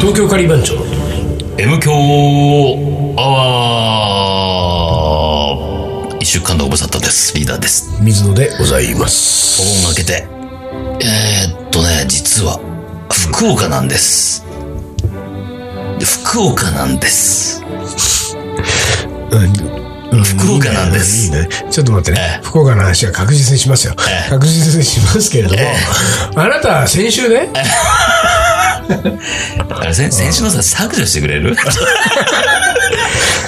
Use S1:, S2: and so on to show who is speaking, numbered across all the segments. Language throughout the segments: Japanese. S1: 東京カリバン長
S2: M 強アワー一週間のご無沙汰です。リーダーです。
S1: 水野でございます
S2: お盆が明けて。えー、っとね、実は、福岡なんです。で福岡なんです。
S1: 福
S2: 岡なんです
S1: いいね。ちょっと待ってね
S2: え。
S1: 福岡の話は確実にしますよ
S2: え。え
S1: 確実にしますけれども
S2: え、
S1: あなた、先週ね、
S2: あれ、先先週のさ、削除してくれる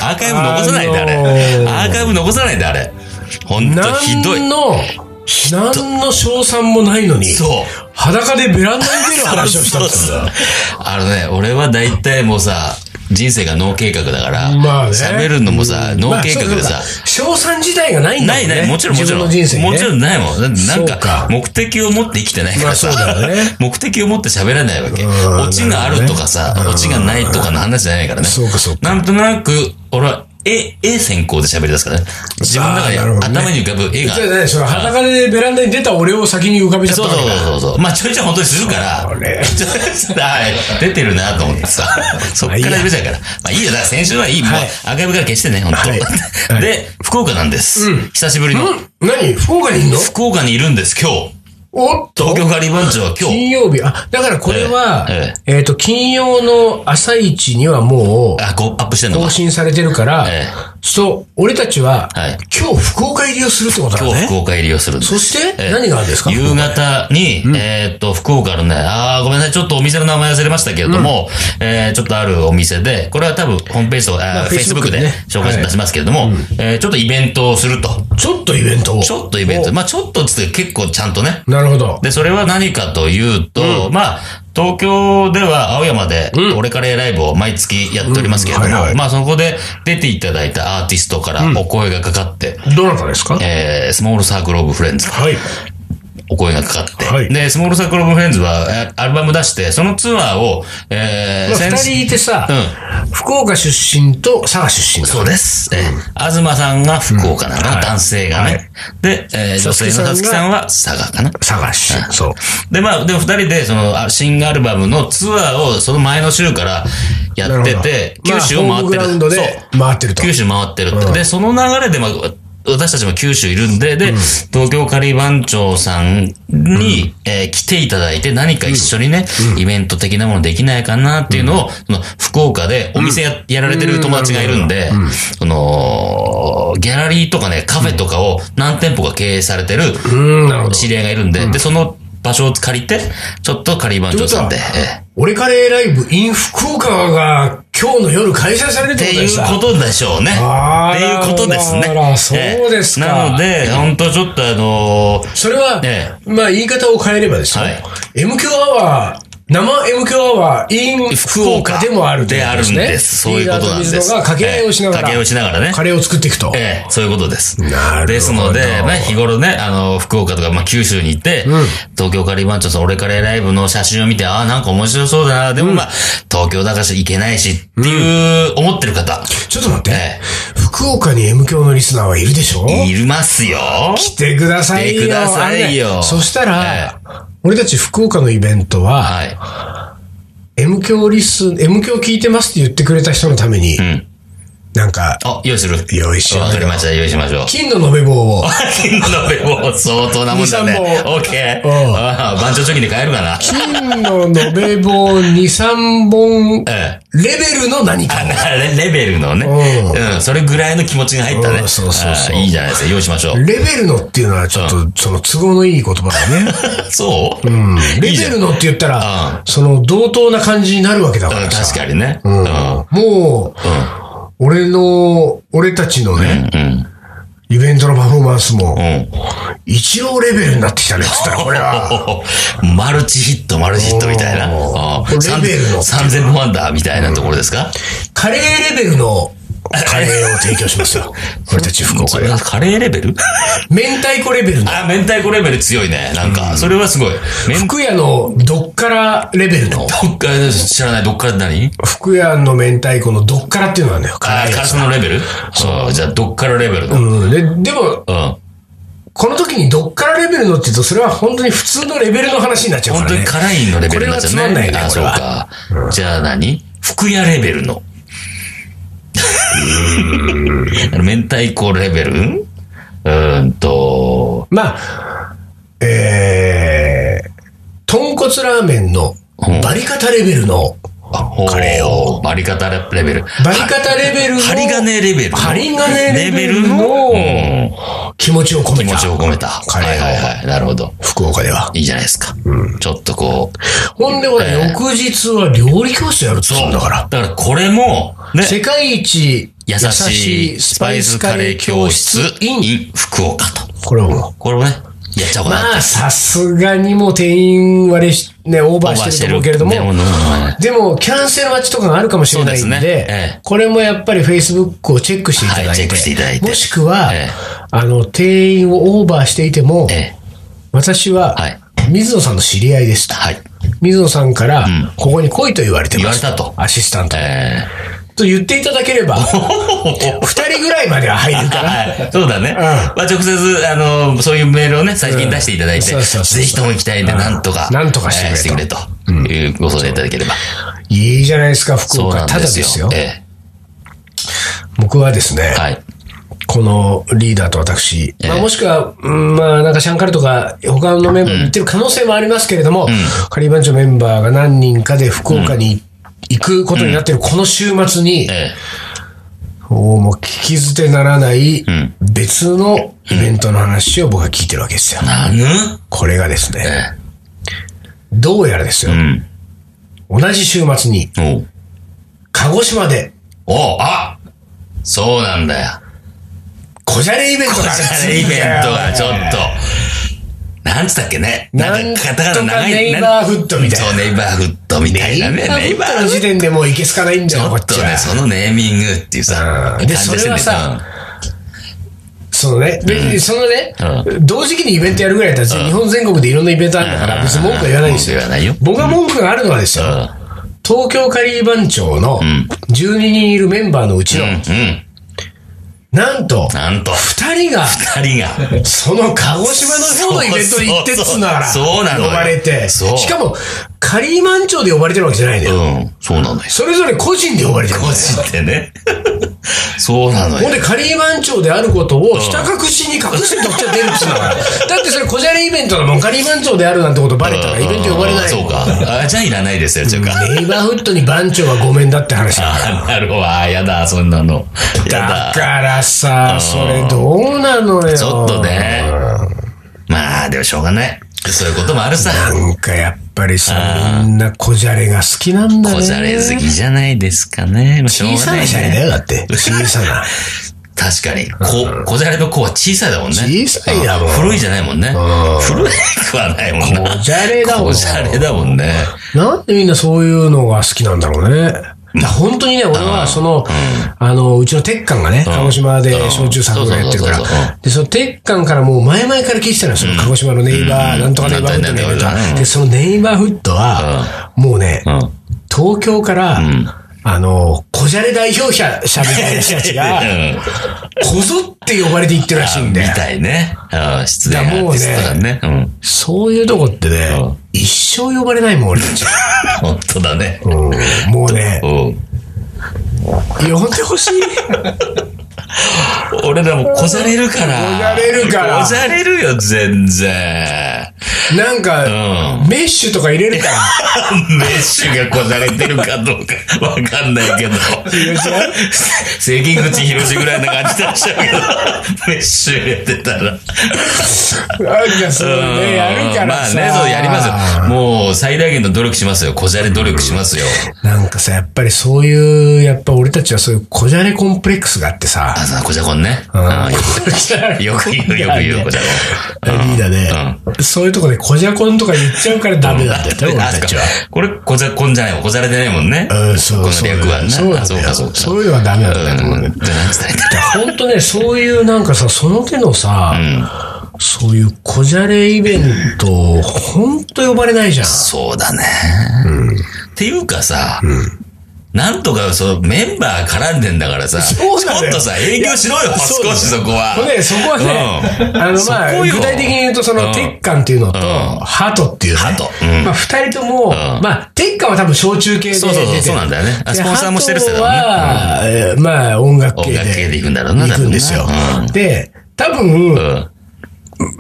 S2: アーカイブ残さないで、あれ。
S1: あのー
S2: アーカイブ残さないで、あれ。ほんとひどい
S1: 何。の、何の賞賛もないのに、
S2: そう。
S1: 裸でベランダに出る話をしたんですよ。
S2: あのね、俺は大体もうさ、人生が脳計画だから、
S1: まあね
S2: 喋るのもさ、脳
S1: まあ
S2: 計画でさ、
S1: そうか賞賛自体がないんだも
S2: なん
S1: ね。
S2: いない、もちろんもちろん。
S1: 自分の人生にね
S2: もちろんないもん。だってなん
S1: そ
S2: か
S1: うか
S2: 目的を持って生きてないからさ、
S1: まあそうだよね
S2: 目的を持って喋らないわけ。
S1: うん
S2: オチがあるとかさ、
S1: なるほどね
S2: オチがないとかの話じゃないからね。
S1: そうかそうか
S2: なんとなく、俺は、絵、絵先行で喋り出すからね。自分の中
S1: あーなるほ
S2: で
S1: どね
S2: 頭に浮かぶ絵が。
S1: じゃあね、その裸でベランダに出た俺を先に浮かべちゃった
S2: そう
S1: わ
S2: そ
S1: けだ
S2: うそうそう。まあちょいちょい本当にするから。
S1: それ
S2: ちょいちょいはい出てるなと思っ てさ。そっから出ちゃうから。まあいいよ。だから先週はいい。もう、アーカイブから消してね、本当、
S1: はい
S2: で、福岡なんです。久しぶりの。
S1: ん何福岡にいんの
S2: 福岡にいるんです、今日。
S1: おっと
S2: 東京カリバン長は今日。
S1: 金曜日。あ、だからこれは、
S2: え
S1: えっ、と、金曜の朝一にはもう、
S2: あ、こう、アップしてんの
S1: 更
S2: か。
S1: 新されてるから、
S2: ええ
S1: そう、俺たちは、
S2: はい
S1: 今日福岡入りをするってことだ
S2: 今日
S1: ね。
S2: 福岡入りをするんです
S1: そ。して、
S2: ええ
S1: 何があるんですか
S2: 夕方に、えーっと、福岡のね、あーごめんなさい、ちょっとお店の名前忘れましたけれども、えーちょっとあるお店で、これは多分、ホームページとか、あ
S1: ま
S2: ー、
S1: あ
S2: Facebook
S1: Facebook
S2: で
S1: ね
S2: 紹介して出しますけれども、えーちょっとイベントをすると。
S1: ちょっとイベントを。
S2: ちょっとイベント。まあちょっとっつって結構ちゃんとね。
S1: なるほど。
S2: で、それは何かというと、まあ、東京では青山で、俺カレーライブを毎月やっておりますけれども、
S1: うんはいはい
S2: まあそこで出ていただいたアーティストからお声がかかって、
S1: どなたですか
S2: えー、スモールサークルオブフレンズ
S1: はい。
S2: お声がかかって、
S1: はい
S2: で、スモールサークルオブフレンズはえーアルバム出して、そのツアーを、えー、
S1: まあ二
S2: 先
S1: 人いてさ、
S2: う
S1: 福岡出身と佐賀出身だ
S2: そうです。えー、東さんが福岡なの、男性がね。
S1: はい
S2: で、えー女性のさつきさんは佐賀かな。
S1: 佐賀出身。そう。
S2: で、まあ、でも二人で、その、あ新アルバムのツアーを、その前の週からやってて、
S1: なる
S2: 九
S1: ほど
S2: 州を
S1: まあホー
S2: 回
S1: ムグ
S2: ってる。
S1: ラウンドで
S2: そう
S1: 回ってると
S2: 九州回ってるって。で、その流れで、まあ、私たちも九州いるんで、で、東京カリバン長さんに、えー来ていただいて、何か一緒にね、イベント的なものできないかなっていうのを、その福岡でお店や,、やられてる友達がいるんで、その、ギャラリーとかね、カフェとかを何店舗か経営されてる、
S1: うん、なるほど。
S2: 知り合いがいるんで、で、その場所を借りて、ちょっと仮番長さんで、
S1: っ
S2: え
S1: てこ
S2: え
S1: 俺カレーライブ in 福岡が今日の夜開催されるっ
S2: ってて
S1: ことで
S2: いう
S1: さ。
S2: ことでしょうね。
S1: あー
S2: っていうことですね。
S1: なるほどそうですか
S2: ええなので、本当ちょっとあのー
S1: それは、
S2: え
S1: まあ言い方を変えればですよ。
S2: はい
S1: M 響アワー、生 M 響アワー in 福岡でもあるとい
S2: で
S1: うこ
S2: あ
S1: と
S2: るん
S1: ね
S2: です。そういうことなんです。
S1: リーダーと水野が掛け合いをしながら、
S2: ええ掛け合いをしながらね。
S1: カレーを作っていくと。
S2: ええ、そういうことです。
S1: なるほど
S2: ですので、まあ、日頃ね、あの、福岡とか、まあ、九州に行って、東京カリー番長さん、俺カレーライブの写真を見て、ああ、なんか面白そうだな。でも、まあ、東京だから行けないし、っていう、思ってる方、
S1: ちょっと待って、
S2: え
S1: 福岡に M 響のリスナーはいるでしょ
S2: いますよ。
S1: 来てくださいよ。
S2: 来てくださいよ
S1: あれねそしたら、
S2: え
S1: 俺たち福岡のイベントは、
S2: はい。
S1: M 響リス、M 響聞いてますって言ってくれた人のために、
S2: ん
S1: なんか、
S2: あ、用意する。
S1: 用意しようよ
S2: わかりました、用意しましょう。
S1: 金の延べ棒を、
S2: 金のでも相当なもんだね
S1: 二三。本
S2: オッケー。
S1: うん
S2: ああ、番長貯金で買えるかな。
S1: 金の延べ棒2、3本、レ
S2: ええ。
S1: ベルの何か。
S2: あレレベルのね。
S1: う
S2: うん。それぐらいの気持ちが入った
S1: う
S2: ね。
S1: んそうそうそう
S2: ああいいじゃないですか。用意しましょう
S1: レ。ベルのっていうのはちょっと、その都合のいい言葉だね。
S2: そう
S1: うん
S2: い
S1: レ
S2: いじゃ
S1: ベ
S2: ん
S1: ルのって言ったら、その同等な感じになるわけだから
S2: うん
S1: さ。
S2: 確かにね。うん。うん。
S1: もう、俺の、俺たちのね、
S2: うん。
S1: イベントのパフォーマンスも
S2: う、ん。
S1: 一応レベルになってきたねって言ったら、これ は。
S2: マルチヒット、マルチヒットみたいな。
S1: おー
S2: うん
S1: レベルの
S2: 3000本アンダーみたいなところですか
S1: カレーレベルのカレーを提供し ますよ。俺たち福岡
S2: それ
S1: で。
S2: がカレーレベル
S1: 明太子レベルの。
S2: あ、明太子レベル強いね。なんか、それはすごい。明
S1: 福屋のどっからレベルの。
S2: どっから、知らない、どっからって何
S1: 福屋の明太子のどっからっていうのはね、
S2: あ
S1: 辛
S2: ー、
S1: い
S2: カ
S1: や
S2: ラ
S1: つ
S2: スのレベルそう、じゃあ、どっからレベルの。うん。
S1: うん。で、でも、
S2: あ
S1: この時にどっからレベルのって言うと、それは本当に普通のレベルの話になっちゃうか
S2: 本
S1: ら
S2: 当に
S1: ね。
S2: 辛いのレベルになっちゃうね。
S1: これはつまんないね
S2: あ、
S1: こ
S2: そ
S1: れ
S2: う
S1: は
S2: か。じゃあ何服屋レベルの。 明太子レベルうーんと、
S1: まあ、えー、豚骨ラーメンのバリカタレベルの、
S2: カレーを。バリカタレベル。
S1: バリカタレベルの、
S2: 針金レベルの。
S1: 針金レベルの
S2: レベルの
S1: 気持ちを込
S2: うん気
S1: め
S2: 持
S1: た
S2: ちを込めた。
S1: カレーを
S2: はいはいはい。なるほど。
S1: 福岡では。
S2: いいじゃないですか。ちょっとこう。
S1: ほんで、俺、翌日は料理教室やるっつうんだから。
S2: だからこれも、ね、
S1: 世界一
S2: 優しいスパイスカレー教室
S1: in
S2: in 福岡と。
S1: これはもう。
S2: これもね、やっちゃおうかなって。
S1: まあ、さすがにもう定員割れし、ね、オーバーしてると思うけれども
S2: オーバーしてると思うけどね、
S1: でも、キャンセル待ちとかがあるかもしれないん
S2: そう
S1: で、
S2: ですねええ
S1: これもやっぱり Facebook をチェックしていただいて、
S2: はいチェックしていただいて
S1: もしくは、
S2: ええ
S1: あの、定員をオーバーしていても、
S2: ええ。
S1: 私は、
S2: はい
S1: 水野さんの知り合いですと。
S2: はい。
S1: 水野さんから、ここに来いと言われてます。
S2: 言われたと
S1: アシスタント。
S2: え
S1: と言っていただけれ ば、
S2: え。
S1: 二人ぐらいまでは入るから、
S2: はい。そうだね。まあ直接、あの、そういうメールをね、最近出していただいて、
S1: うんそうそうそう
S2: ぜひとも行きたいんで、なんとか。
S1: なんとかしてくれと
S2: えーしてくれと。いうご相談いただければ。
S1: いいじゃないですか、福
S2: そうな
S1: 岡。
S2: ん
S1: ただ
S2: で
S1: です
S2: よ。
S1: すよ。
S2: え
S1: 僕はですね、
S2: え。はい。
S1: このリーダーと私、
S2: ええ
S1: まあ、もしくは、うんまあ、なんかシャンカルとか、他のメンバー行ってる可能性もありますけれども、カリーバンチョメンバーが何人かで福岡に行くことになってるこの週末に、
S2: え
S1: おーもう聞き捨てならない
S2: ん
S1: 別のイベントの話を僕は聞いてるわけですよ
S2: え。。なぬ
S1: これがです
S2: え
S1: ね、どうやらですよ
S2: え。う、ん。
S1: 同じ週末に
S2: おう
S1: 鹿児島で
S2: おうあそうなんだよ。
S1: こじゃれイベント
S2: こ
S1: がある
S2: ちらのイベントがちょっと、なんつったっけね。
S1: なん
S2: か
S1: とかネイバーフッドみたいな
S2: そう、ネイバーフッドみたいなね。
S1: ネイバーの時
S2: ド。
S1: 点でもういけすかないんだ
S2: ち
S1: よ、
S2: ょ
S1: こ
S2: っ
S1: っち
S2: とね、
S1: は。
S2: そのネーミングっていうさ
S1: う。んで
S2: 感じがするんだよ
S1: それはそのね、でそのね、
S2: う
S1: 同時期にイベントやるぐらいだったら、日本全国でいろんなイベントあるんだから、別に文句は言わないんですよ
S2: 文。句言わないよ
S1: 僕が文句があるのはですよ、東京カリー番長の12人いるメンバーのうちの、
S2: うん。うんうん。
S1: なんと、
S2: なんと、
S1: 2人が、
S2: 二人が。
S1: その鹿児島の方のイベントに行ってっつうんだから、
S2: そうそうそうそうなのよ
S1: 呼ばれて。
S2: そう
S1: しかも、カリー番長で呼ばれてるわけじゃないのよ。
S2: うん。そうなのよ。
S1: それぞれ個人で呼ばれてるんだ
S2: 個
S1: よ。
S2: 人ってね。そうなの
S1: ほん
S2: よ。
S1: で、カリー番長であることを、ひた隠しに隠してどっちゃ出るっつうんだ から。だってそれ、こじゃれイベントだもん。カリー番長であるなんてことバレたら、イベント呼ばれない
S2: そ
S1: も。
S2: うんか。あじゃあいらないですよ、ちゅうか。
S1: ネイバーフッドに番長はごめんだって話だ。
S2: あなるほど。あやだ、そんなの。や
S1: だ
S2: だ。
S1: からさ、それどうなのよ。
S2: ちょっと。ね。まあ、でもしょうがない。そういうこともあるさ。
S1: なんかやっぱりさ、みんなこじゃれが好きなんだね。
S2: こじゃれ好きじゃないですかね。まあしょう
S1: 小
S2: が
S1: さ
S2: ない
S1: なシャレだよ、だって。小さ な。
S2: 確かに。こ、こじゃれの子は小さいだもんね。
S1: 小さいだもん
S2: う古いじゃないもんね。古くはないもんな。
S1: こじゃれだもん
S2: こじゃれだもんね。
S1: なんでみんなそういうのが好きなんだろうね。だ本当にね、俺はその、あの、うちの鉄管がね、鹿児島で焼酎作業やってるか
S2: そうそうそうそう
S1: ら、で、その鉄管からもう前々から聞いてたのよ、その鹿児島のネイバー、なんとかネイバーフッドのイベント
S2: なんとかネイバ
S1: は
S2: ーフッドね
S1: で、そのネイバーフッドは、もうね、
S2: うん。
S1: 東京から、あの、こじゃれ代表者、者みたいな人 たちが、
S2: うん
S1: こぞって呼ばれて行ってるらしいん
S2: み
S1: で、
S2: たいね。うん。失礼アーティストだね。うん。
S1: そういうとこって
S2: う
S1: ね
S2: ん、
S1: 一生呼ばれないもん、俺たち。
S2: 本当だね。
S1: うんもうね、
S2: うん。
S1: 呼んでほしい。
S2: 俺らもこじゃれるから。
S1: こじゃれるから
S2: こじゃれるよ、全然。
S1: なんか、メッシュとか入れるから。
S2: メッシュがこじゃれてるかどうかわかんないけど。関口博士ぐらいな感じ出しちゃう けど、メッシュ入れてたら。
S1: なんかそう
S2: うん
S1: ね、やるからさ。
S2: まあね、そうやりますよ。もう最大限の努力しますよ。こじゃれ努力しますよ。
S1: なんかさ、やっぱりそういう、やっぱ俺たちはそういうこじゃれコンプレックスがあってさ。
S2: あ、さこじゃこんね。うんよく言う、よく言う、こじゃ
S1: リーダーね、そういうとこでこじゃこんとか言っちゃうからダメなんだよね、
S2: こん。
S1: 俺
S2: あそ
S1: た
S2: っ
S1: ち
S2: か
S1: は。
S2: これ、こじゃこんじゃないわ。こじゃれてないもんね。
S1: うん、そう
S2: こ
S1: そ
S2: の
S1: う。
S2: 略はね。
S1: そうな
S2: あ
S1: ん
S2: そう
S1: だ
S2: か、
S1: よ。
S2: そうか。
S1: そういうのはダメなんだよ、
S2: うん。
S1: ね。
S2: なんつったらいいんだ
S1: 本当ね、そういうなんかさ、その手のさ、そういうこじゃれイベント、本当呼ばれないじゃん。
S2: そうだね。っていうかさ、なんとか、そのメンバー絡んでんだからさ、ちょ
S1: そうなんだよ
S2: っとさ、営業しろよ、
S1: そうだ
S2: 少
S1: よ
S2: しそこは。
S1: これね、そこはね、あの、ま
S2: そ
S1: あ、
S2: こよ
S1: 具体的に言うと、その、
S2: うん
S1: 鉄管っていうのと、
S2: うん
S1: ハトっていうね。
S2: ハトうん
S1: まあ、二人とも、まあ、鉄管は多分小中系で出て
S2: そうそうそうそうなんだよねあ
S1: で
S2: スポンサーもしてる人だもんね
S1: ハトは、えーまあ、音楽系
S2: 音
S1: で。
S2: 楽系で行くんだろうな、
S1: 行くんですよ
S2: 多分な。
S1: で、多分、
S2: うん。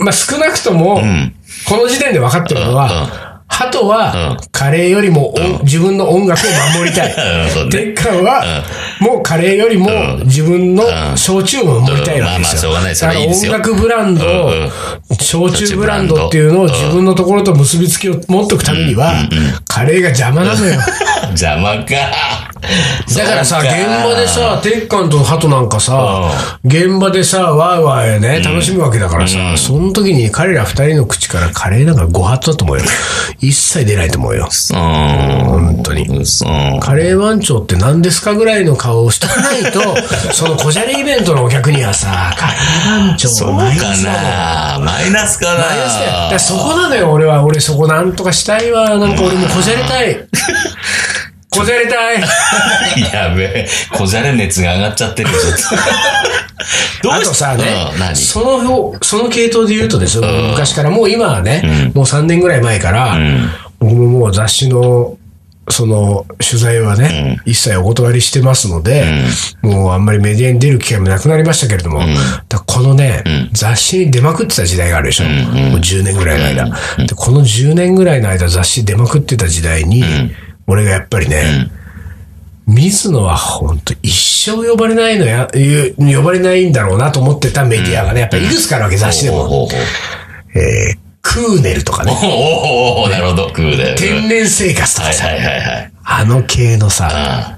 S1: まあ、少なくとも、
S2: ん
S1: この時点で分かってるの
S2: うんう
S1: は、ハトは
S2: う、
S1: カレーよりもお、自分の音楽を守りたい。
S2: うん そうね
S1: 鉄管は、もうカレーよりも
S2: うん
S1: 自分の
S2: うん
S1: 焼酎を守りたいわけですよ。
S2: うんまあまあしょうがないそれはいいですよ
S1: だから音楽ブランドを
S2: うんうん、
S1: 焼酎ブランドっていうのを自分のところと結びつきを持っておくためには、カレーが邪魔なのよ。
S2: 邪魔か。
S1: だからさ、
S2: そう
S1: 現場で、さ、鉄管と鳩なんかさ、現場でさ、ワーワーね、楽しむわけだからさ、その時に彼ら二人の口からカレーなんかご法度だと思うよ。一切出ないと思うよ。
S2: うん。
S1: 本当に。
S2: うん。
S1: カレー番長って何ですかぐらいの顔をしとかない と、そのこじゃれイベントのお客にはさ、カレー番長
S2: そう
S1: はないん
S2: かなマイナスかな
S1: マイナスだよ。だからそこなのよ、俺は。俺そこなんとかしたいわ。なんか俺もこじゃれたい。 こじゃれたい。
S2: やべえ、こじゃれ熱が上がっちゃってるよ、ちょっと。
S1: あ
S2: どう
S1: と
S2: し
S1: さ
S2: た
S1: ね
S2: うん、何
S1: その表、その系統で言うとですよ、昔から、もう今はね、もう3年ぐらい前から、僕ももう雑誌の、その、取材はね、一切お断りしてますので、もうあんまりメディアに出る機会もなくなりましたけれども、だからこのね、雑誌に出まくってた時代があるでしょ。もう10年ぐらいの間、で。この10年ぐらいの間雑誌出まくってた時代に、俺がやっぱりね、水野は本当一生呼ばれないのや、ゆ呼ばれないんだろうなと思ってたメディアがね、やっぱりいくつかあるわけ、雑誌でも。
S2: ほうほうほ う
S1: えー、クーネルとかね、
S2: ほうほうほうなるほど、クーだよ。うん
S1: 天然生活と
S2: は
S1: か
S2: い
S1: さ、
S2: はいはいはい。
S1: あの系のさ、
S2: あ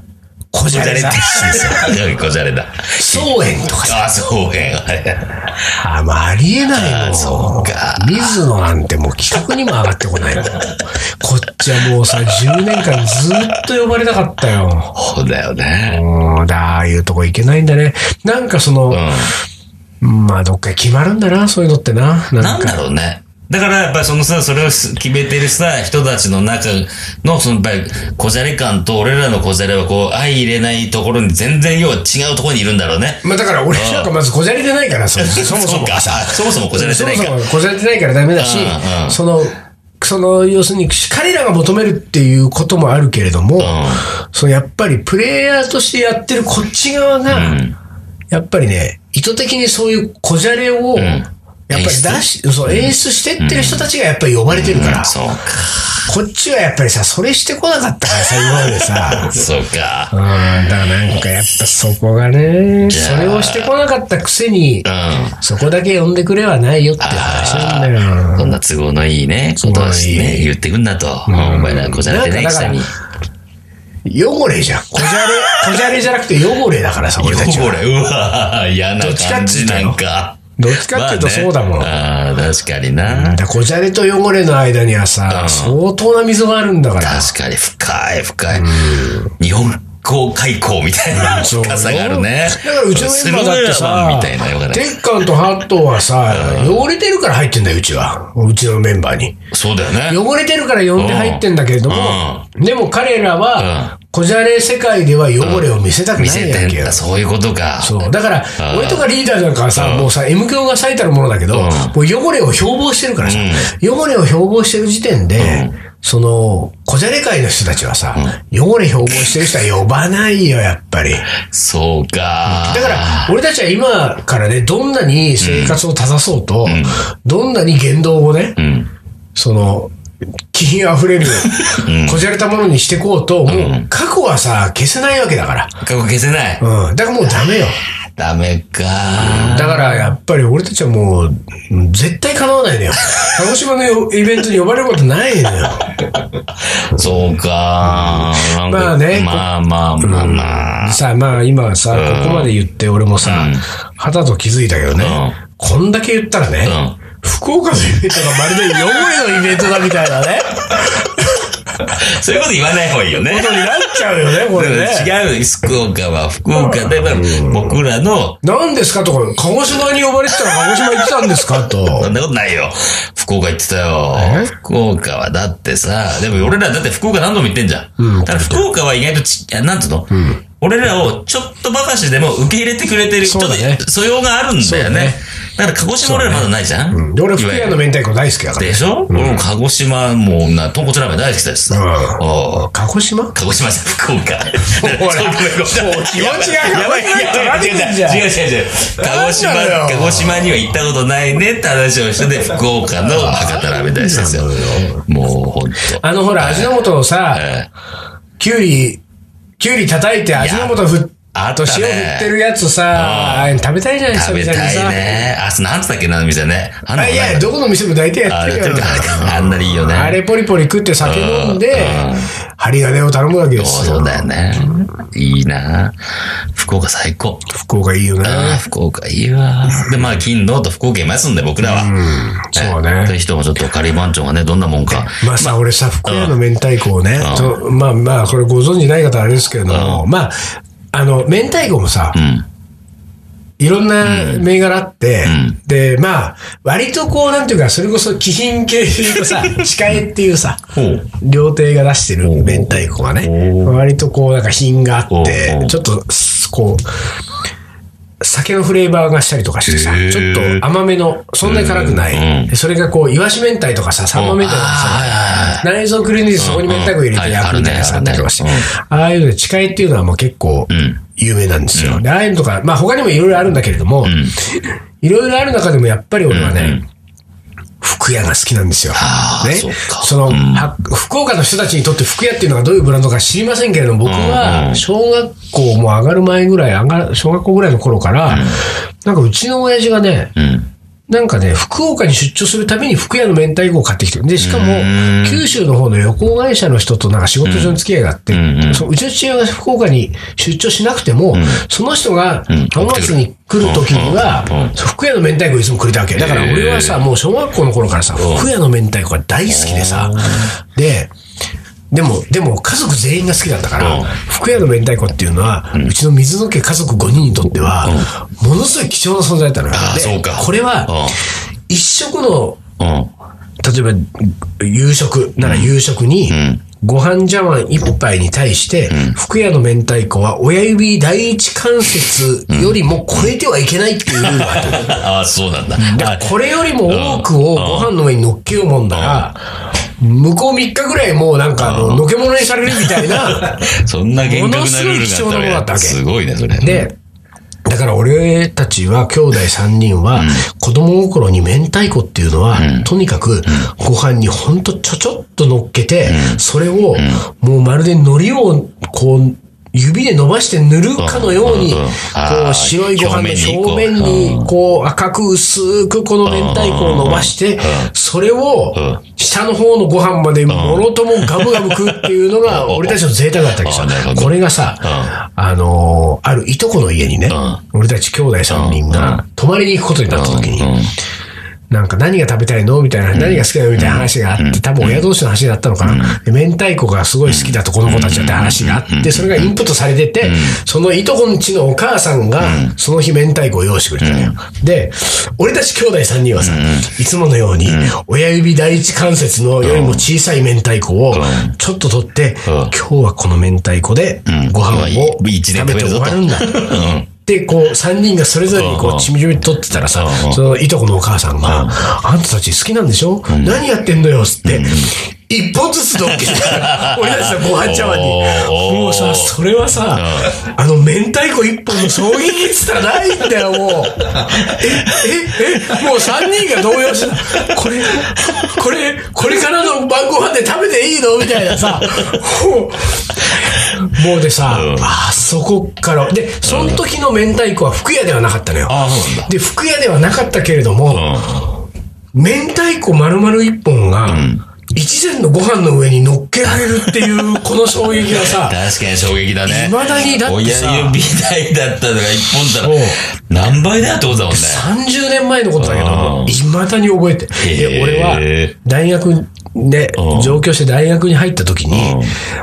S1: こじ
S2: こ
S1: ゃ
S2: じ
S1: れ
S2: ゃれ
S1: 雑誌でさ、
S2: だ。うんこじゃれだ。
S1: 荘園とかさ、
S2: あ、そうへん。
S1: あまあ、ありえないもん。
S2: そうか
S1: 水野なんてもう企画にも上がってこ ないもん。こっちはもうさ、10年間ずっと呼ばれなかったよ。
S2: そうだよね。
S1: もう、だ、ああいうとこ行けないんだね。なんかその、
S2: うん。
S1: まあ、どっか決まるんだな、そういうのってな。な
S2: なんん
S1: か。
S2: だろうね。だからやっぱりそのさ、それをす決めてるさ、人たちの中の、そのやっぱり、こじゃれ感と俺らのこじゃれはこう、相入れないところに全然要は違うところにいるんだろうね。
S1: まあだから俺なんかまずこじゃれてないから、 そそもそも
S2: うか
S1: さ。
S2: そもそもこじゃれてないか
S1: そもそもこじゃれてないからダメだし
S2: うんう、ん
S1: その、その、要するに、彼らが求めるっていうこともあるけれども、そのやっぱりプレイヤーとしてやってるこっち側が、
S2: ん
S1: やっぱりね、意図的にそういうこじゃれを、やっぱり出し、そう、演出してってる人たちがやっぱり呼ばれてるから、
S2: そうか。
S1: こっちはやっぱりさ、それしてこなかったからさ、今までさ。
S2: そうか。
S1: うん、だからなんかやっぱそこがね、
S2: じゃ
S1: そ
S2: あ
S1: れをしてこなかったくせに
S2: う、ん。
S1: そこだけ呼んでくれはないよって話なんだよ。
S2: こんな都合のいいね、ことをし
S1: 都合の
S2: ね、
S1: いい
S2: 言ってくんだと。うんお前らこじゃれてないくせに。
S1: なん汚れじゃん。こじゃ れ、こじゃれじゃなくて汚れだからさ、俺たちは。
S2: これ、うわ嫌な
S1: どっちかっ
S2: 感
S1: ていう
S2: じ
S1: と
S2: なんか。
S1: どっちかっていうとそうだもん。
S2: まあねあー確かにな。
S1: だからこじゃれと汚れの間にはさ、相当な溝があるんだから。
S2: 確かに深い深い。日本公開港みたいな
S1: そうよ
S2: 深さがあるね。
S1: だからうちのメンバーだってさ、
S2: スローラーマンみたいなようなね
S1: 鉄管とハットはさ、汚れてるから入ってんだよ、うちは。うちのメンバーに。
S2: そうだよね。
S1: 汚れてるから呼んで入ってんだけれども、でも彼らは、こじゃれ世界では汚れを見せたくな
S2: 見
S1: い
S2: せ
S1: わけ
S2: てん
S1: よ
S2: だ、。そういうことか。
S1: そう。だから、俺とかリーダーなんかはさ、もうさ、M 教が最たるものだけど、もう汚れを標榜してるからさ、汚れを標榜してる時点で、その、こじゃれ界の人たちはさ、汚れ標榜してる人は呼ばないよ、やっぱり。
S2: そうか。
S1: だから、俺たちは今からね、どんなに生活を正そうと、どんなに言動をね、
S2: ん
S1: その、気品あふれる、こじゃれたものにしていこうと、もう過去はさ、消せないわけだから。
S2: 過去消せない。
S1: うん。だからもうダメよ。
S2: ダメか。
S1: だからやっぱり俺たちはもう、うん絶対叶わないのよ。鹿児島のよイベントに呼ばれることないのよ。
S2: そうか。なんか
S1: まあね
S2: まあまあまあまあ。
S1: さあまあ今はさ、ここまで言って俺もさ、肌と気づいたけどね、こんだけ言ったらね、
S2: うん
S1: 福岡のイベントがまるで汚れのイベントだみたいなね。
S2: そういうこと言わない方がいいよね。
S1: ことになっちゃうよね、これね。
S2: 違う、福岡は福岡で、まあ僕らの、
S1: 何ですかとか、鹿児島に呼ばれてたら鹿児島行ってたんですか
S2: そ
S1: と。
S2: んなことないよ。福岡行ってたよ
S1: え。
S2: 福岡はだってさ、でも俺らだって福岡何度も行ってんじゃん。だから福岡は意外とち、あなんつうの、俺らをちょっとばかしでも受け入れてくれてる、
S1: そうだね
S2: ちょっと素養があるんだよ
S1: そうだ
S2: ね。
S1: ね
S2: だから鹿児島俺らまだないじゃん。
S1: で俺、福屋の明太子大好きだから。
S2: でしょ、俺も鹿児島もうな、豚骨ラーメン大好きだしさ。
S1: うん
S2: おう
S1: 鹿児島
S2: 鹿児島じゃん、福岡。
S1: ほら
S2: そうごめんごめん
S1: 気持ちが
S2: やばい、やばい、やばい、違う違う違う違う。鹿児島
S1: なんな、のよ
S2: 鹿児島には行ったことないねって話をしてて、福岡の博多ラーメン大好きですよ。もうほんと。
S1: あのほら、味の素のさ
S2: え、
S1: きゅうり、きゅうり叩いて味の素ふっ
S2: あった
S1: と
S2: ね
S1: 塩振ってるやつさ、ああいうの食べたいじゃないですか、
S2: 食べ
S1: 久々に
S2: たい
S1: さ。
S2: ね。あ、そうなんつったっけな、みたいなね。あんな
S1: あ
S2: の
S1: い
S2: な
S1: や、
S2: んか
S1: どこの店も大体やっ
S2: あ
S1: て
S2: や
S1: る
S2: って
S1: か
S2: る
S1: ら。
S2: からあんなにいいよね。
S1: あれポリポリ食って酒飲んで、針金を頼むわけです
S2: そ
S1: よ
S2: う。だよね。いいな福岡最高。
S1: 福岡いいよね。
S2: ああ、福岡いいわ。で、まあ、金、土と福岡いますんで、僕らは。
S1: そう
S2: ええとい
S1: ね。
S2: う人もちょっとカリー番長がね、どんなもんか。
S1: まあさ、俺さ、福屋の明太子をね、とまあまあ、これご存知ない方はあれですけれども、まあ、あの、明太子もさ
S2: う、ん。
S1: いろんな銘柄あって、で、まあ、割とこう、なんていうか、それこそ貴賓系でいうとさ、 歯科医っていうさ、
S2: ほう。
S1: 料亭が出してる明太子がね、
S2: お
S1: 割とこう、なんか品があっ
S2: お
S1: て
S2: う、
S1: ちょっと、こう、酒のフレーバーがしたりとかしてさ
S2: へ、ー
S1: ちょっと甘めの、そんなに辛くない。
S2: うん
S1: でそれがこう、イワシ明太とかさ、サンマ明太とか
S2: あーはいはい
S1: さ、内臓くりぬいてそこに明太子入れて焼くみたいなさ、
S2: うん
S1: あ
S2: うん
S1: ったりとかして、ああいうので、誓いっていうのはもう結構
S2: ん、
S1: 有名なんですよ。でああいうのとか、まあ他にもいろいろあるんだけれども、いろいろある中でもやっぱり俺はね、福屋が好きなんですよ。
S2: あー
S1: ね
S2: そうか。
S1: その、は福岡の人たちにとって福屋っていうのがどういうブランドか知りませんけれども、僕
S2: うんう
S1: は
S2: ん
S1: 小学校も上がる前ぐらい、上が小学校ぐらいの頃から、なんかうちの親父がね、
S2: うん。
S1: なんかね、福岡に出張するために福屋の明太子を買ってきてる。で、しかも
S2: ん、
S1: 九州の方の旅行会社の人となんか仕事上の付き合いがあって、
S2: んうん
S1: そのうちの父親が福岡に出張しなくても、その人が
S2: ん
S1: 浜松に来る時には、
S2: うんうん
S1: そう福屋の明太子をいつもくれたわけ。だから俺はさ、もう小学校の頃からさ、福屋の明太子が大好きでさ、で、でも、でも家族全員が好きだったから、
S2: うん
S1: 福屋の明太子っていうのは、うちの水野家家族5人にとっては、ものすごい貴重な存在だったのよ。
S2: あー
S1: で
S2: そうか
S1: これは、一食の、
S2: うん。うん。
S1: 例えば夕食なら夕食に、
S2: ん
S1: ご飯茶碗一杯に対して、福屋の明太子は親指第一関節よりも超えてはいけないっていうルールがあったの
S2: ああ、そうなんだ。あ
S1: これよりも多くをご飯の上に乗っけようもんだら、向こう3日ぐらいもうなんかあの、のけものにされるみたい な。
S2: そんな厳格なルール
S1: も
S2: があった
S1: のすごい貴重なものだ
S2: わ
S1: った
S2: け
S1: わけ
S2: だすごいね、それ。
S1: で、だから俺たちは、兄弟3人は、子供心に明太子っていうのは、とにかく、ご飯にほんとちょちょっと乗っけて、それを、もうまるで海苔を、こう、指で伸ばして塗るかのように、
S2: うんうんうん
S1: こ
S2: あ
S1: う
S2: ー
S1: 白いご飯の表
S2: 表
S1: 面
S2: 面
S1: に
S2: に、
S1: こう赤く薄くこの明太子を伸ばして、それを
S2: ん
S1: 下の方のご飯までもろともガブガブ食うっていうのが俺たちの贅沢だったけどさ
S2: あーなるほ、ど
S1: これがさ、あのーあるいとこの家にね、
S2: う
S1: 俺たち兄弟3人が泊まりに行くことになった時に、
S2: うん。
S1: なんか何が食べたいのみたいな、何が好きなのみたいな話があって、多分親同士の話だったのかな。で明太子がすごい好きだとこの子たちはって話があって、それがインプットされてて、そのいとこんちのお母さんが、その日明太子を用意してくれたのよ。で、俺たち兄弟3人はさ、いつものように、親指第一関節のよりも小さい明太子を
S2: ん、
S1: ちょっと取って、
S2: うん
S1: 今日はこの明太子で
S2: うん、
S1: ご飯を
S2: うん一
S1: 食
S2: 年
S1: べて
S2: 食べる
S1: 終
S2: ぞと
S1: わるんだ。
S2: うん。
S1: で、こう、三人がそれぞれに
S2: うん
S1: こ
S2: う
S1: う、
S2: ん
S1: ちみちみ取ってたらさ
S2: うんう、ん
S1: そのいとこのお母さんが、あんたたち好きなんでしょ何やってんのよ、つって。一本ずつどっ けて、俺たちのご飯茶碗に。
S2: おー
S1: もうさ、それはさ、あの、明太子一本の衝撃率たらないんだよ、もう。え、え、え、もう三人が動揺してた。これ、これ、これからの晩ご飯で食べていいのみたいなさ、もう、もうでさ、あそこから、で、その時の明太子は福屋ではなかったのよ。
S2: ああ、そうなんだ。
S1: で、福屋ではなかったけれども、明太子丸々一本が、一膳のご飯の上に乗っけられるっていう、この衝撃はさ、
S2: 確かに衝撃だね。
S1: 未だにだってさ
S2: 親指台だったのが一本だら
S1: そう、
S2: 何倍だよってことだもんね。
S1: 30年前のことだけ
S2: う
S1: ど
S2: ん、
S1: 未だに覚えて。
S2: へー
S1: で、俺は、大学で
S2: うん、
S1: 上京して大学に入った時
S2: うん
S1: に、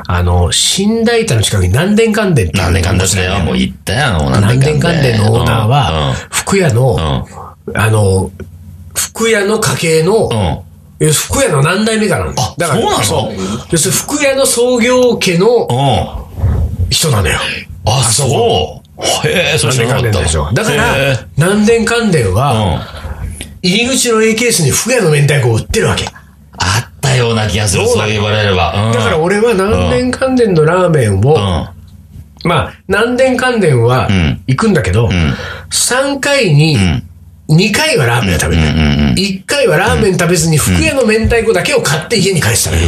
S1: あの、新大田の近くに南電関電っていう
S2: 何年間だったよ。もう言ったよ。もう
S1: 南電関電のオーナー
S2: うん
S1: は、福屋の、
S2: う
S1: あの、福屋の家系の、
S2: ん。うん。
S1: え福屋の何代目かなの。だから
S2: そうなの
S1: う要するに福屋の創業家の
S2: うん。
S1: 人なのよ。
S2: あ、そう。へえ、それ知
S1: 南電
S2: らな
S1: 関電で
S2: かったわ
S1: しょ。だか
S2: へ
S1: ら
S2: え、
S1: 南電関電
S2: うん。
S1: は、
S2: あ
S1: 入り口の A ケースに福屋の明太子を売ってるわけ。
S2: ったような気がする。そう言われれば。うん
S1: だから、俺は南電関電のラーメンを、
S2: う
S1: まあ、南電関電は
S2: ん
S1: 行くんだけど、
S2: ん
S1: 3回に
S2: ん
S1: 2回はラーメンを食べ
S2: ん。うんうん。
S1: る。1回はラーメン食べずに福屋の明太子だけを買って家に帰ってたのよ。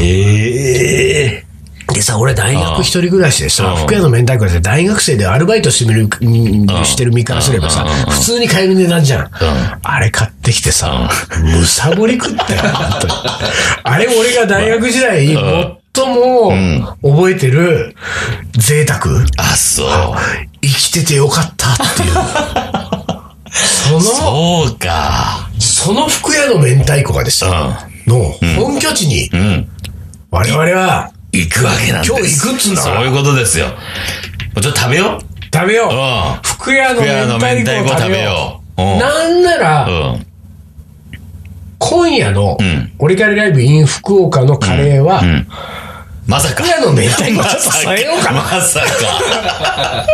S2: ええ。
S1: でさ、俺大
S2: ああ
S1: 学一人暮らしでさ
S2: う、ん
S1: 福屋の明太子で大学生でアルバイトしてみる、
S2: ん
S1: してる身からすればさ
S2: うんうんうん、
S1: 普通に買える値段じゃん。あれ買ってきてさ、むさぼり食った よ、本当に。あれ俺が大学時代、最も覚えてる贅沢。
S2: あ、そう。
S1: 生きててよかったっていう。その、
S2: そうか。
S1: その福屋の明太子がですよ、の本拠地に
S2: うん。うん。
S1: 我々は
S2: 行くわけなんです。
S1: 今日行くっつうんだ
S2: そ
S1: か
S2: う
S1: ら
S2: いうことですよ。もうちょっと食べよう。
S1: 食べよう
S2: う。ん。
S1: 福屋の
S2: 福屋の明
S1: 明
S2: 太
S1: 太子
S2: 子
S1: を
S2: 食
S1: 食
S2: べ
S1: べよう。
S2: よう。うん。
S1: なんなら、
S2: うん。
S1: 今夜の
S2: ん、
S1: オリカルライブ in 福岡のカレーは、
S2: んまさか。
S1: 福屋の明太子ちょっと添えようかな。
S2: まさか。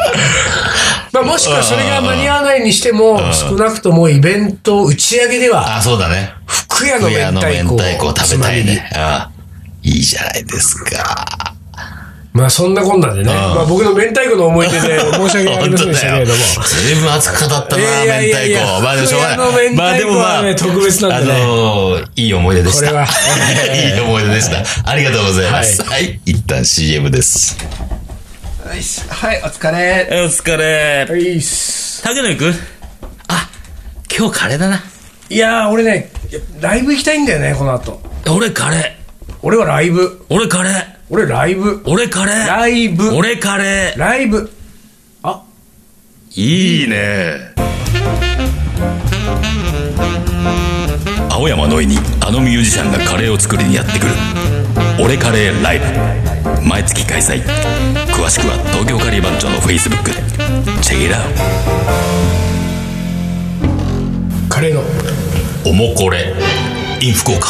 S1: まあ、もしくはそれが間に合わないにしても、少なくともイベント打ち上げでは、
S2: あ、そうだね。
S1: 福屋の
S2: 福
S1: 明
S2: 屋の明
S1: 太子
S2: 太子
S1: を
S2: を
S1: つ
S2: 食べ
S1: ま
S2: た
S1: み
S2: い
S1: に。
S2: ね。うん。いいじゃないですか。
S1: まあ、そんなこんなんでね、まあ、僕の明太子の思い出 で申し訳ありませんでしたけれども。
S2: 随分熱く語ったな、
S1: いやいやい
S2: 明
S1: や
S2: 太子。まあでもしょうが
S1: 福
S2: な
S1: 屋の明太
S2: い。
S1: 子
S2: まあでもま
S1: は
S2: あ、
S1: ね特別なんでね
S2: あのー、いい思い出でした。
S1: これはい
S2: い思い出でした。ありがとうございます。はい。一旦 CM です。
S3: よしはい、お疲れ。
S2: お疲れ。
S1: いいっす
S2: 竹野行くあ、今日カレーだな。
S1: いやー、俺ね、ライブ行きたいんだよね、この後。
S2: 俺カレ
S1: 俺はライブ
S2: ー。。俺カレー。
S1: 俺ライブ。
S2: 俺カレー。
S1: ライブ。
S2: 俺カレー。
S1: ライブ。
S2: いいね青山のいにあのミュージシャンがカレーを作りにやってくる「俺カレーライブ」毎月開催詳しくは東京カリー番長のフェイスブックでチェイラー
S1: カレーの。
S2: おもこれ in 福岡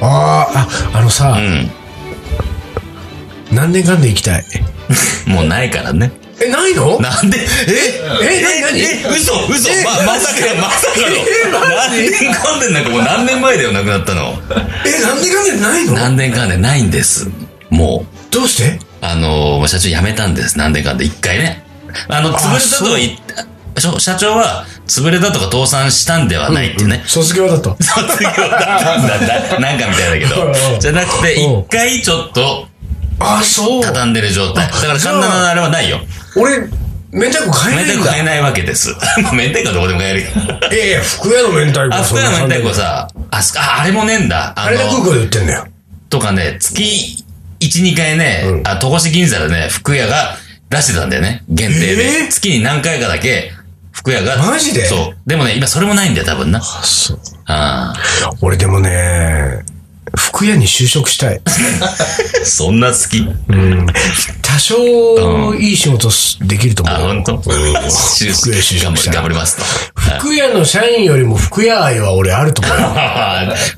S1: あーあ、あのさ、何年間で行きたい。
S2: もうないからね
S1: え、ないの
S2: なんでえ
S1: え、なになに
S2: え嘘嘘
S1: え
S2: ままさかまさかの
S1: えマジ
S2: 何年間でなんかもう何年前だよなくなったの
S1: え、なんでかんでないの
S2: 何年間でないんですもう
S1: どうして
S2: あの、社長辞めたんです。なんでかんで、一回ね。あの、潰れたとは言った、社社長は、潰れたとか倒産したんではないってね。
S1: 卒業 だと。
S2: 卒業だったんだ な、なんかみたいだけ
S1: うんう
S2: ど。
S1: ん
S2: じゃなくて、
S1: うん
S2: 一回ちょっと、
S1: あ、そう。
S2: 畳んでる状態。だから、
S1: じゃ
S2: 簡
S1: あ
S2: 単なあれはないよ。
S1: 俺、明太子買えな
S2: 明
S1: い
S2: 太
S1: ん
S2: 子
S1: だ
S2: 買え。ないわけです。もう明太子どこでも買えるから。
S1: いやいや、福屋の明太子
S2: あ、福山明太子
S1: ん。
S2: さ、あすか、ああれもねえんだ。あ
S1: 羽田空
S2: の、
S1: 港で売ってんだよ。
S2: とかね、月1、2回ね、
S1: うん
S2: あ、戸越銀座でね、福屋が出してたんだよね。限定で。
S1: えー
S2: 月に何回かだけ、福屋が。
S1: マジで
S2: そう。でもね、今それもないんだよ、多分な。
S1: あ、そう。
S2: あ
S1: 俺でもね、福屋に就職したい。
S2: あ。そんな好き
S1: 多少、いい仕事すできると思
S2: あ、
S1: う。
S2: 本 当。
S1: 福
S2: 福
S1: 屋就職
S2: 頑張
S1: した
S2: り頑張りますと。 はい
S1: 福屋の社員よりも福屋愛は俺あると思うよ。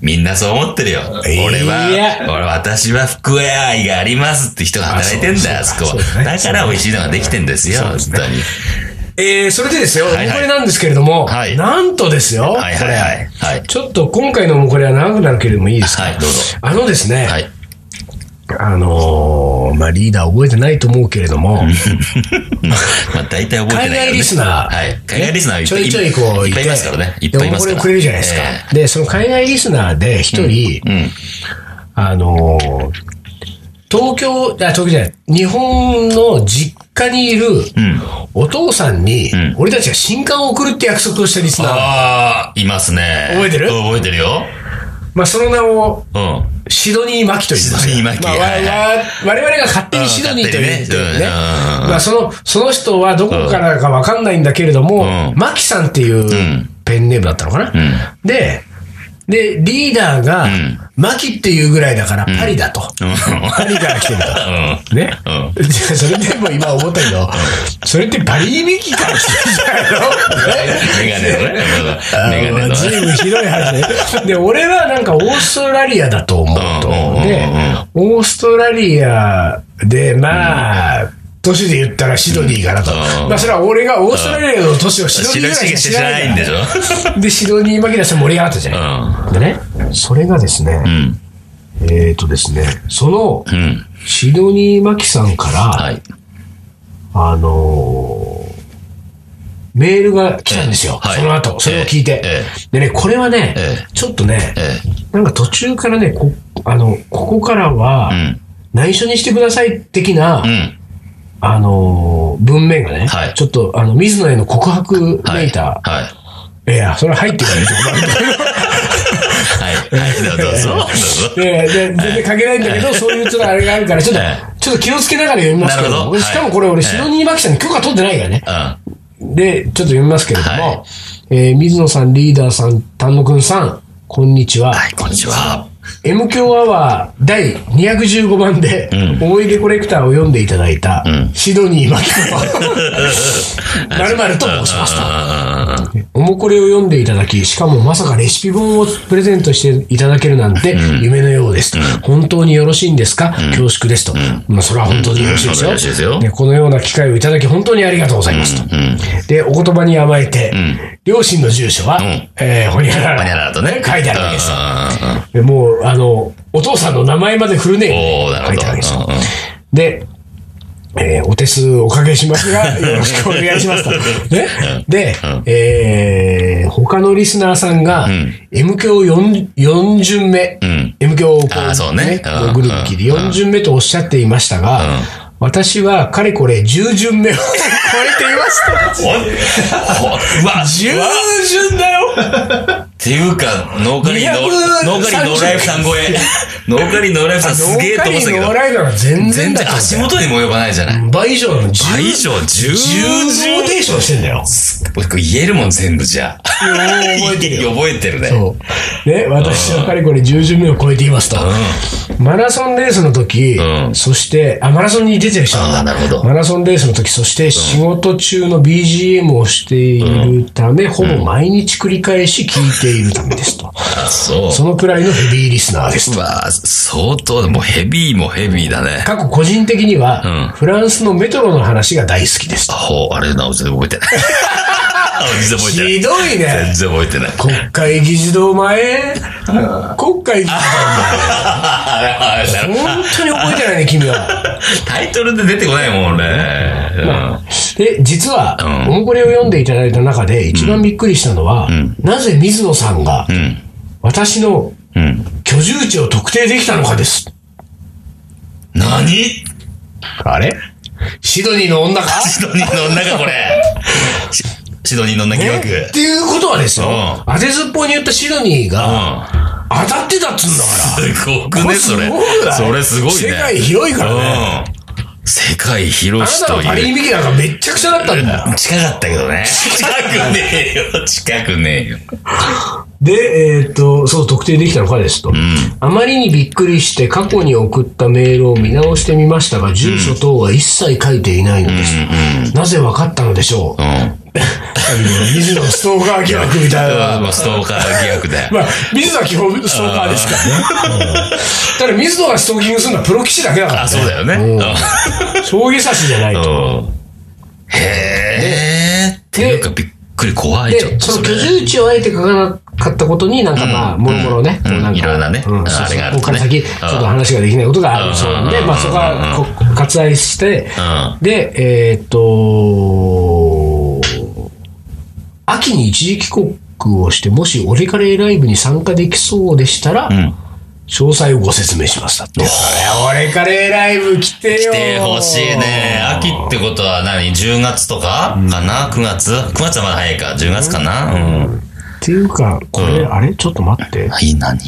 S2: みんなそう思ってるよ。
S1: いや
S2: 俺は、俺私は福屋愛がありますって人が働いてんだよ、あ
S1: あ
S2: そ
S1: そう
S2: こ
S1: そう
S2: は。
S1: そう
S2: だから美味しいのができてんですよ、本当に。
S1: えー、それでですよ、
S2: いはい
S1: これなんですけれども、
S2: はい
S1: なんとですよ、
S2: はいはいはい。はい
S1: これ。ちょっと今回のもこれは長くなるけれどもいいですか、
S2: はい、どうぞ。
S1: あのですね、
S2: はい。
S1: あのーまあ、リーダー覚えてないと思うけれども、
S2: まあ大体覚えてないから、ね。
S1: 海外リスナー、
S2: はい。海外リスナーいっ
S1: ち
S2: ぱ
S1: ょ
S2: い
S1: いちょいこう
S2: い
S1: い
S2: っぱいいますからね。いっぱいいま
S1: でもこ
S2: すから。
S1: れをくれるじゃないですか。
S2: え
S1: で、その海外リスナーで一人、
S2: えうん。
S1: あのー東京、あ、東京じゃない、日本の実家にいる
S2: ん
S1: お父さんに、
S2: ん
S1: 俺たちが新刊を送るって約束をしたリスナー。
S2: ああ、いますね。
S1: 覚えてる
S2: 覚えてるよ。
S1: まあ、その名を、
S2: うん。
S1: シドニー巻きと言いますか
S2: シドニー巻き
S1: まあ、わ
S2: はい
S1: わ我々が勝手にシドニーと言って
S2: うん勝手に
S1: る
S2: ね
S1: ね。
S2: うん
S1: まあ、その、その人はどこからかわかんないんだけれども
S2: うん、
S1: マキさんっていうんペンネームだったのかな。
S2: ん
S1: で、で、リーダーが
S2: ん、
S1: マキっていうぐらいだから、パリだと。
S2: うん。
S1: パリから来てる と。
S2: うん
S1: ね。
S2: うん
S1: でそれでも今思ったけど、それってパリミキから来てるんじゃないの ね
S2: メガネのね。メガネの
S1: ずい
S2: ね。
S1: ぶんひどい話ね。で、俺はなんかオーストラリアだと思うと。で、オーストラリアで、まあ、都市で言ったらシドニーかなと。
S2: うん
S1: まあ、それは俺がオーストラリアの都市をシド
S2: 知
S1: ニーぐ
S2: ら
S1: らいしか知
S2: 知
S1: ら
S2: ら
S1: な
S2: ないいんでしょ
S1: ょ。で、シドニー巻き出して盛り上がったじゃない。
S2: うん。
S1: でね、それがです
S2: う
S1: ね、
S2: ん。
S1: えっとですね、その
S2: うん。
S1: シドニー巻きさんから、
S2: はい。
S1: あのーメールが来たんですよ。
S2: ええはい
S1: その後、それを聞いて。
S2: え
S1: でね、これはね、
S2: え
S1: ちょっとね、
S2: え
S1: なんか途中からね、こあのここからは
S2: え。う、ん。
S1: 内緒にしてください的な、
S2: うん。
S1: あのー文面がね、
S2: はい
S1: ちょっとあの水野への告白
S2: は
S1: め
S2: い。
S1: いた、
S2: はい。
S1: い、や、それは入ってない
S2: はい。はい。ど うぞ。どうぞ。
S1: いやいや で全然書けないんだけど、そういうちょっとあれがあるから、ちょっと、
S2: え
S1: ちょっと気をつけながら読みますけ
S2: なる
S1: ど、
S2: ほどはい
S1: しかもこれ俺、シドニーマキさんに許可取ってないからね。
S2: う
S1: で、ちょっと読みますけれども、
S2: は
S1: えー水野さん、リーダーさん、丹野くんさん、こんにちは。
S2: ん。はい、こんにちは。
S1: M 強アワー第215番で、思い出コレクターを読んでいただいた、シドニー・マキ コ。まるまると申しました。
S2: あ
S1: おもこれを読んでいただき、しかもまさかレシピ本をプレゼントしていただけるなんて夢のようです。本当によろしいんですか、恐縮ですと。まあ、それは本当によろしいですよ,、
S2: うんうんよろしいですよ
S1: ねこのような機会をいただき、本当にありがとうございますと。で、お言葉に甘えて、両親の住所は、
S2: ん
S1: えーほにゃらら。
S2: ほにゃららとね
S1: 書いてあるわけですよ。
S2: あ。
S1: でもう、あの、お父さんの名前までフルネーム
S2: おお
S1: で
S2: な
S1: 書い
S2: る
S1: てあるわけです
S2: ほ
S1: よ。
S2: ど。
S1: で、えーお手数おかけします が、よろしくお願いしますと。ね、で、えー他のリスナーさんが、M 教 4, 4巡目、
S2: ん
S1: M 教をこ
S2: あーそう
S1: う、
S2: ね
S1: ね、
S2: うん
S1: グループ切り4巡目とおっしゃっていましたが、私はかれこれ10巡目を超えてい ますと。
S2: おいうわ、
S1: 10巡だよ
S2: っていうか、ノーカリー
S1: 230
S2: ノノーカリーノーライフさん超え。ノーカリーノーライフさんすげえと思ってたけ
S1: ノーカリーのお、笑い
S2: ど
S1: なら全然
S2: 全
S1: だっ
S2: 然
S1: たんだ
S2: 足
S1: よ。
S2: 元にも及ばないじゃない。
S1: 倍以上の10
S2: 倍以上、十
S1: 10ローテーションしてんだよ。
S2: 俺これ言えるもん全部じゃあ。
S1: 覚えてるよ。
S2: 覚えてるね。
S1: そう。ね、私はかれこれ10巡目を超えていますと。マラソンレースの時、
S2: うん
S1: そして、あ、マラソンに出てる人なんだ。
S2: あーなるほど
S1: マラソンレースの時、そして仕事中の BGM をしているため、ほぼ毎日繰り返し聞いているためですと。
S2: あ、そ
S1: そのくらいのヘビーリスナーです
S2: う。う
S1: と。
S2: わ、相当、もうヘビーもヘビーだね。
S1: 過去個人的には、
S2: ん
S1: フランスのメトロの話が大好きですと。
S2: ほう、あれな、全然覚えてない。全然覚えてない。
S1: ひどいね
S2: 全。然覚えてない。
S1: 国会議事堂前国会議事堂
S2: あ
S1: 前本当に覚えてないね、君は。
S2: タイトルで出てこないもんね。うん
S1: で、実は、
S2: うん
S1: おもこれを読んでいただいた中で一番びっくりしたのは、なぜ水野さんが
S2: ん
S1: 私の
S2: うん。
S1: 居住地を特定できたのかです。
S2: 何
S1: あれシドニーの女か
S2: シドニーの女か、これ。シシドニーの女疑惑。
S1: えっていうことはですよ、
S2: うん
S1: 当てずっぽうに言ったシドニーが
S2: う
S1: 当たってたっつうんだから。
S2: ん。すごく
S1: これ
S2: ね、そ
S1: す
S2: れ
S1: ごくな。い
S2: それすごいね。
S1: 世界広いからね。
S2: うん。世界
S1: あ
S2: 広し
S1: なた
S2: と
S1: のパリ
S2: いう。
S1: ミキなんかめっちゃくちゃだったんだよ。
S2: 近かったけどね。近くねえよ、近くねえよ。
S1: で、えーっと、そう、特定できたのかですと。あまりにびっくりして、過去に送ったメールを見直してみましたが、住所等は一切書いていないのです。なぜ分かったのでしょう、
S2: うん。
S1: 水野ストーカー疑惑みたいな。
S2: もうストーカー疑惑だ よ。
S1: まあ、水野は基本ストーカーですからね。うんただ、水野がストーキングするのはプロ棋士だけだから
S2: あ、
S1: ね。
S2: そうだよね。
S1: 将棋指しじゃないと。
S2: うんうん。へえ。っていうか、びっくり怖い、ちょっ
S1: で、
S2: と
S1: そ
S2: そ
S1: の
S2: れ。
S1: 居住地をあえて書かなかったことに、なんかまあ、もろもろね、
S2: うん
S1: こうなんか
S2: いろいろなね
S1: うんそう
S2: あ
S1: そ
S2: れ
S1: う
S2: がある
S1: ここから
S2: とね
S1: 先、ちょっと話ができないことがあるそうなんで、
S2: うん
S1: まあそこはこ割愛して
S2: う、
S1: で、えーっと、秋に一時帰国をして、もしオレカレーライブに参加できそうでしたら、詳細をご説明します。だって。オレカレーライブ来てよ。
S2: 来てほしいね。秋ってことは何 ?10 月とかかな ?9 月 ?9 月はまだ早いか。10月かなうん。
S1: っていうか、これ、
S2: う
S1: あれちょっと待って。
S2: はい、何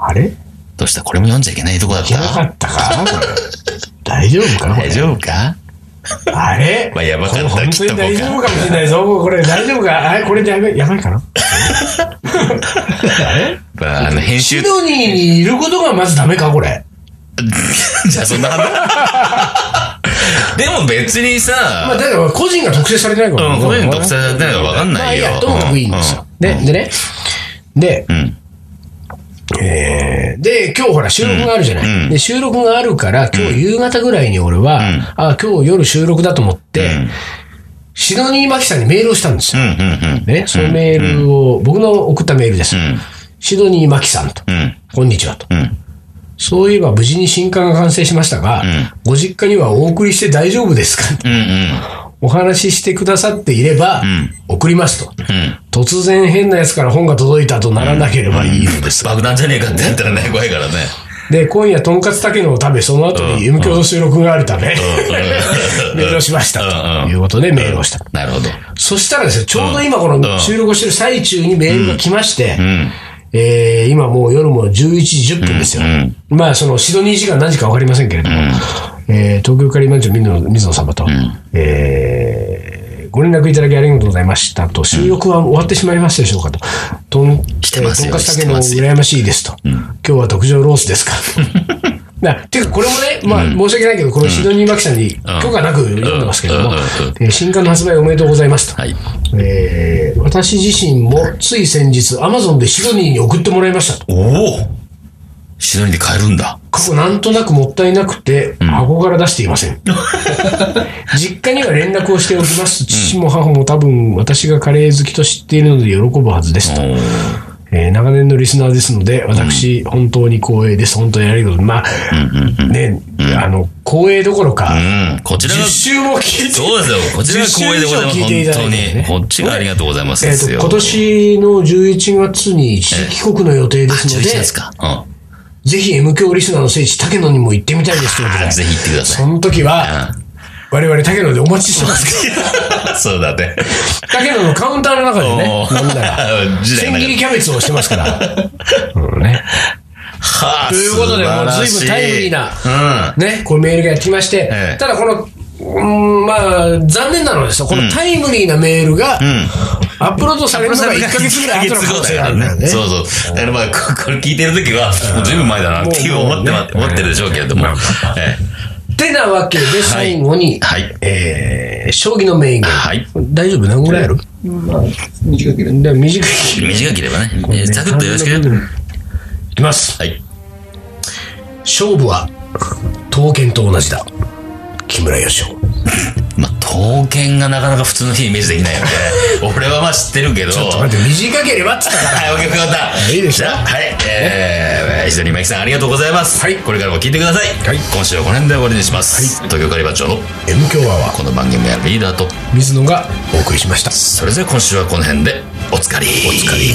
S1: あれ
S2: どうしたこれも読んじゃいけないとこだっ
S1: いけなか
S2: た
S1: った かこれ。大丈夫かこ
S2: 大
S1: れ。
S2: 丈夫か
S1: あれ
S2: まあやばかった
S1: これ本当
S2: きっと
S1: に
S2: こう
S1: 大丈夫かも
S2: か
S1: しれないぞ。これ大丈夫かあれこれでやばい、やばいかなあれ
S2: まあ、あの、編集
S1: シ、ドニーにいることがまずダメかこれ。
S2: じゃあそんな話。 でも別に
S1: まあ、
S2: さ、
S1: だから個人が特定されてないから。
S2: うん個人が特定されてないからわかんないよ
S1: まあ、やともかくいいんですよ。で、でね。で、
S2: ん
S1: えーで、今日ほら収録があるじゃない、
S2: うん
S1: で、収録があるから、今日夕方ぐらいに俺は、
S2: ん
S1: あ、今日夜収録だと思って、シドニー・マキさんにメールをしたんです
S2: う
S1: よ。
S2: ん、うん、うん、
S1: ね、そのメールを、僕の送ったメールです。
S2: ん
S1: シドニー・マキさんと、
S2: うん、
S1: こんにちはと。
S2: うん。
S1: そういえば無事に新刊が完成しましたが、ご実家にはお送りして大丈夫ですか
S2: うん、うん、
S1: お話ししてくださっていれば、送りますと、
S2: うん。
S1: 突然変なやつから本が届いたとならなければいいのです。
S2: 爆弾じゃねえかってやったらね、怖いからね。
S1: で、今夜、とんかつたけのを食べ、その後に M 響の収録があるため、 メ ールをしました
S2: うんう
S1: と
S2: ん
S1: いうことでメールをした。
S2: なるほど。
S1: そしたらですね、ちょうど今この収録をしてる最中にメールが来まして、えー今もう夜も11時10分ですよ。まあ、そのシドニー時間何時か分かりませんけれども、えー東京カリーマンチョン水野水野様と、えーご連絡いただきありがとうございましたと、収録は終わってしまいましたでしょうかと、とん、来
S2: てますよ
S1: とんかつたけの
S2: 来てますよ
S1: 羨ましいですと、今日は特上ロース ですかなていうか、これもね、まあ、申し訳ないけど、このシドニーマキさんに許可なく読んでますけども
S2: うんうんうん、
S1: えー新刊の発売おめでとうございますと。
S2: はい。
S1: えー私自身もつい先日、アマゾンでシドニーに送ってもらいましたと。
S2: おおシドニーで買えるんだ。
S1: 過去なんとなくもったいなくて、箱から出していま せん。実家には連絡をしておきます。父も母も多分私がカレー好きと知っているので喜ぶはずですと。
S2: お
S1: えー長年のリスナーですので、私、本当に光栄です。本当にありがとう。まあ、ね、あの、光栄どころか、
S2: うん、こちら
S1: 10
S2: が、
S1: 週も聞いて
S2: そうですよ。こちらが光栄でございます。
S1: 10週以上聞いていただい
S2: 本
S1: てね
S2: 当に。こっちがありがとうございます
S1: え
S2: で
S1: っ
S2: す
S1: と
S2: よ。
S1: 今年の11月に一時帰国の予定ですの
S2: 11
S1: で、
S2: 月か。うん。あ
S1: ぜひ M 教リスナーの聖地、竹野にも行ってみたいですということ
S2: ー
S1: で、
S2: ぜひ行ってくださ
S1: その時は、我々竹野でお待ちしてます。
S2: い。そうだね。
S1: 竹野のカウンターの中でね
S2: お、ー
S1: 飲んだら、
S2: 時代
S1: 千
S2: の中
S1: 切り
S2: で
S1: キャベツをしてます から。うんね
S2: はあ
S1: ということで、もう随分タイムリー。
S2: 素晴らしい
S1: な、ね、こうメールがやってきまして、
S2: ええ
S1: ただこの、うんまあ、残念なのはですよ、このタイムリーなメールが、アップロードされるのが1ヶ月ぐらい後の可能性があるんだよね。
S2: そうそう。だからまあ、ここれ聞いてる時は、もう随分前だなっていう思ってま、思ってるでしょうけれども。え
S1: てなわけで、最後に、
S2: はい
S1: えー将棋の名言。
S2: はい
S1: 大丈夫何ぐらいある、
S3: 短ければ
S1: で短い。
S2: え短ければね。えーサクッとよろしくね。
S1: いきます。
S2: はい。
S1: 勝負は、刀剣と同じだ。木村義雄。
S2: まあ、刀剣がなかなか普通の日イメージできな いよね。俺はまあ知ってるけど。
S1: 待って、短ければって言ったから。
S2: はい、お客 方。
S1: いいでしょ
S2: じゃあはい。えー、石鳥真紀さんありがとうございます。
S1: はい
S2: これからも聞いてください。
S1: はい
S2: 今週はこの辺で終わりにします。東京カリバ町の
S1: M 強アワー、
S2: この番組はリーダーと、
S1: 水野がお送りしました。
S2: それぞれ今週はこの辺でおつかり。おつかり。